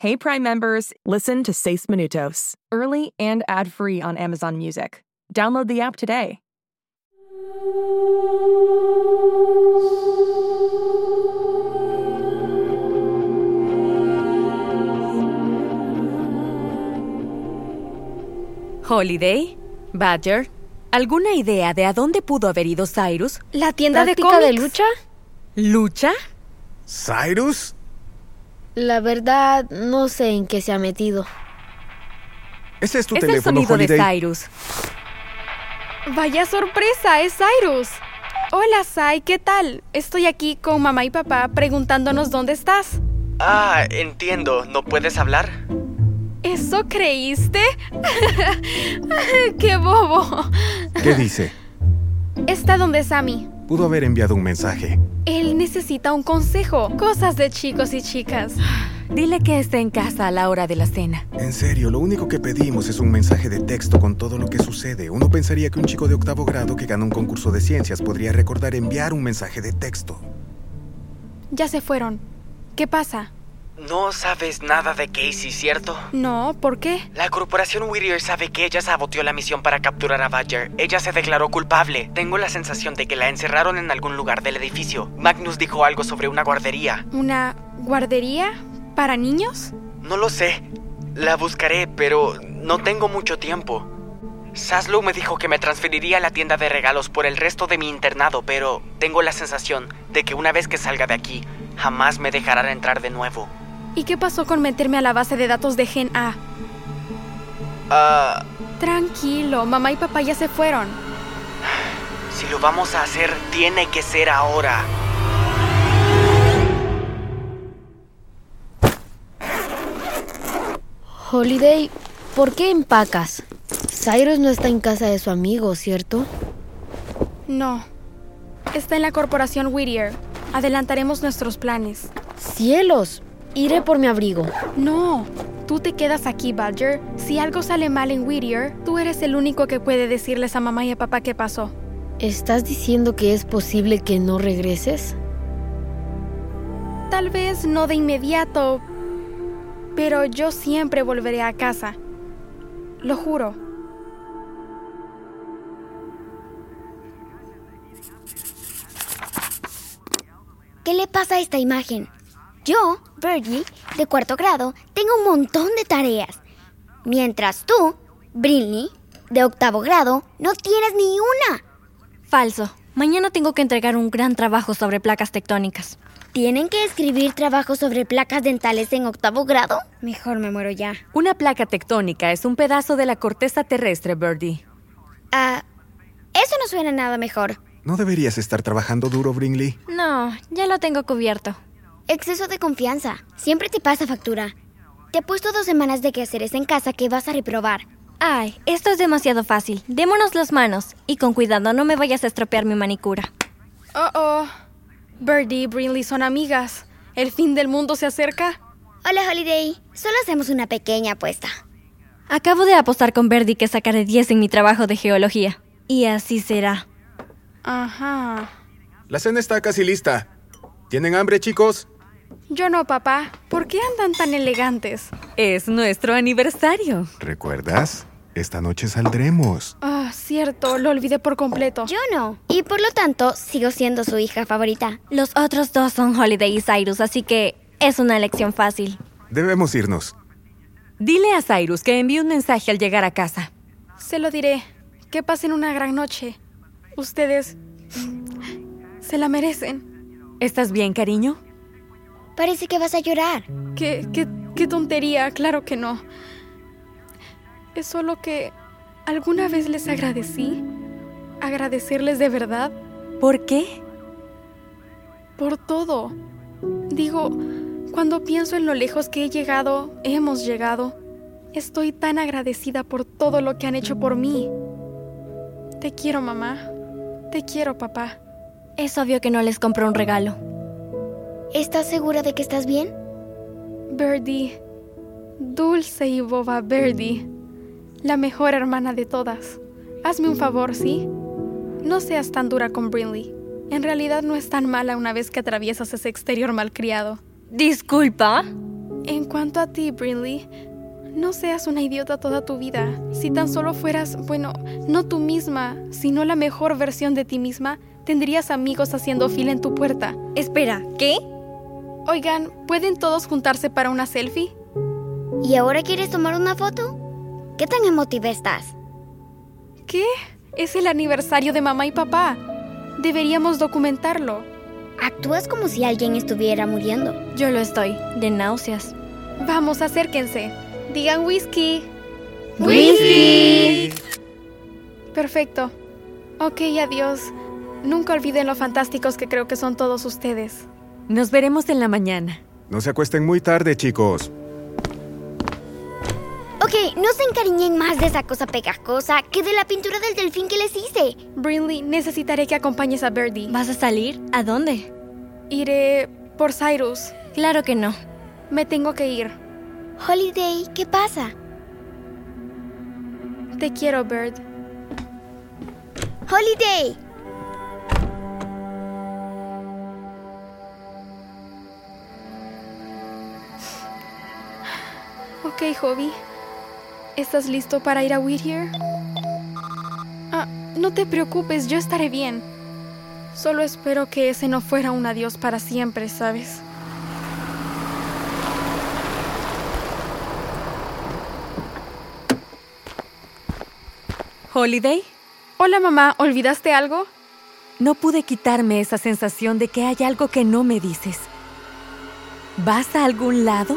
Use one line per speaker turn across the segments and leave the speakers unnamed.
Hey Prime members, listen to Seis Minutos, early and ad-free on Amazon Music. Download the app today.
Holiday, Badger, ¿alguna idea de a dónde pudo haber ido Cyrus?
¿La tienda de
¿Práctica
cómics?
de lucha? ¿Lucha?
¿Cyrus?
La verdad, no sé en qué se ha metido.
Ese es tu
Es el
teléfono,
sonido
Holiday.
de Cyrus.
Vaya sorpresa, es Cyrus. Hola, Sai, ¿qué tal? Estoy aquí con mamá y papá preguntándonos dónde estás.
Ah, entiendo, ¿no puedes hablar?
¿Eso creíste? ¡Qué bobo!
¿Qué dice?
Está donde Sammy.
Pudo haber enviado un mensaje.
Él necesita un consejo. Cosas de chicos y chicas.
Dile que esté en casa a la hora de la cena.
En serio, lo único que pedimos es un mensaje de texto con todo lo que sucede. Uno pensaría que un chico de octavo grado que gana un concurso de ciencias podría recordar enviar un mensaje de texto.
Ya se fueron. ¿Qué pasa?
No sabes nada de Casey, ¿cierto?
No, ¿por qué?
La corporación Whittier sabe que ella saboteó la misión para capturar a Badger. Ella se declaró culpable. Tengo la sensación de que la encerraron en algún lugar del edificio. Magnus dijo algo sobre una guardería.
¿Una guardería para niños?
No lo sé. La buscaré, pero no tengo mucho tiempo. Saslow me dijo que me transferiría a la tienda de regalos por el resto de mi internado, pero tengo la sensación de que una vez que salga de aquí, jamás me dejarán entrar de nuevo.
¿Y qué pasó con meterme a la base de datos de Gen A?
Ah...
Tranquilo, mamá y papá ya se fueron.
Si lo vamos a hacer, tiene que ser ahora.
Holiday, ¿por qué empacas? Cyrus no está en casa de su amigo, ¿cierto?
No. Está en la corporación Whittier. Adelantaremos nuestros planes.
¡Cielos! Iré por mi abrigo.
No. Tú te quedas aquí, Badger. Si algo sale mal en Whittier, tú eres el único que puede decirles a mamá y a papá qué pasó.
¿Estás diciendo que es posible que no regreses?
Tal vez no de inmediato, pero yo siempre volveré a casa. Lo juro.
¿Qué le pasa a esta imagen? Yo, Virgil, de cuarto grado, tengo un montón de tareas. Mientras tú, Brinley, de octavo grado, no tienes ni una.
Falso. Mañana tengo que entregar un gran trabajo sobre placas tectónicas.
¿Tienen que escribir trabajos sobre placas dentales en octavo grado? Mejor me muero ya.
Una placa tectónica es un pedazo de la corteza terrestre, Birdie.
Ah, eso no suena nada mejor.
¿No deberías estar trabajando duro, Brinley?
No, ya lo tengo cubierto.
Exceso de confianza. Siempre te pasa factura. Te he puesto dos semanas de quehaceres en casa que vas a reprobar.
Ay, esto es demasiado fácil. Démonos las manos y con cuidado no me vayas a estropear mi manicura.
Oh, oh. Birdie y Brinley son amigas. ¿El fin del mundo se acerca?
Hola, Holiday. Solo hacemos una pequeña apuesta.
Acabo de apostar con Verdi que sacaré 10 en mi trabajo de geología. Y así será.
Ajá.
La cena está casi lista. ¿Tienen hambre, chicos?
Yo no, papá. ¿Por qué andan tan elegantes?
Es nuestro aniversario.
¿Recuerdas? Esta noche saldremos.
Ah, cierto, lo olvidé por completo.
Yo no. Y por lo tanto, sigo siendo su hija favorita.
Los otros dos son Holiday y Cyrus, así que es una elección fácil.
Debemos irnos.
Dile a Cyrus que envíe un mensaje al llegar a casa.
Se lo diré. Que pasen una gran noche. Ustedes se la merecen.
¿Estás bien, cariño?
Parece que vas a llorar.
Qué, qué, qué tontería, claro que no. Es solo que alguna vez les agradecí. Agradecerles de verdad
¿Por qué?
por todo. Digo, cuando pienso en lo lejos que he llegado, hemos llegado, estoy tan agradecida por todo lo que han hecho por mí. Te quiero, mamá. Te quiero, papá.
Es obvio que no les compré un regalo.
¿Estás segura de que estás bien?
Birdie, dulce y boba Birdie, la mejor hermana de todas. Hazme un favor, ¿sí? No seas tan dura con Brinley. En realidad no es tan mala una vez que atraviesas ese exterior malcriado.
Disculpa.
En cuanto a ti, Brinley, no seas una idiota toda tu vida. Si tan solo fueras, bueno, no tú misma, sino la mejor versión de ti misma, tendrías amigos haciendo fila en tu puerta.
Espera, ¿qué?
Oigan, ¿pueden todos juntarse para una selfie?
¿Y ahora quieres tomar una foto? ¿Qué tan emotiva estás?
¿Qué? Es el aniversario de mamá y papá. Deberíamos documentarlo.
Actúas como si alguien estuviera muriendo.
Yo lo estoy, de náuseas.
Vamos, acérquense. Digan whisky.
¡Whisky!
Perfecto. Ok, adiós. Nunca olviden lo fantásticos que creo que son todos ustedes.
Nos veremos en la mañana.
No se acuesten muy tarde, chicos.
Ok, no se encariñen más de esa cosa pegajosa que de la pintura del delfín que les hice.
Brinley, necesitaré que acompañes a Birdie.
¿Vas a salir? ¿A dónde?
Iré por Cyrus.
Claro que no.
Me tengo que ir.
Holiday, ¿qué pasa?
Te quiero, Bird.
Holiday,
Ok, Hobby. ¿Estás listo para ir a Whittier? Ah, no te preocupes, yo estaré bien. Solo espero que ese no fuera un adiós para siempre, ¿sabes?
¿Holiday?
Hola, mamá, ¿olvidaste algo?
No pude quitarme esa sensación de que hay algo que no me dices. ¿Vas a algún lado?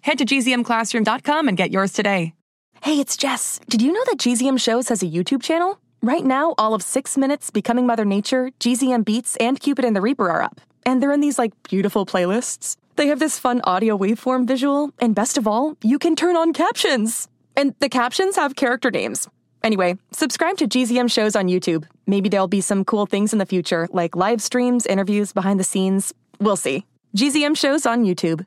Head to gzmclassroom.com and get yours today. Hey, it's Jess. Did you know that GZM Shows has a YouTube channel? Right now, all of Six Minutes, Becoming Mother Nature, GZM Beats, and Cupid and the Reaper are up. And they're in these, like, beautiful playlists. They have this fun audio waveform visual, and best of all, you can turn on captions. And the captions have character names. Anyway, subscribe to GZM shows on YouTube. Maybe there'll be some cool things in the future, like live streams, interviews, behind the scenes. We'll see. GZM shows on YouTube.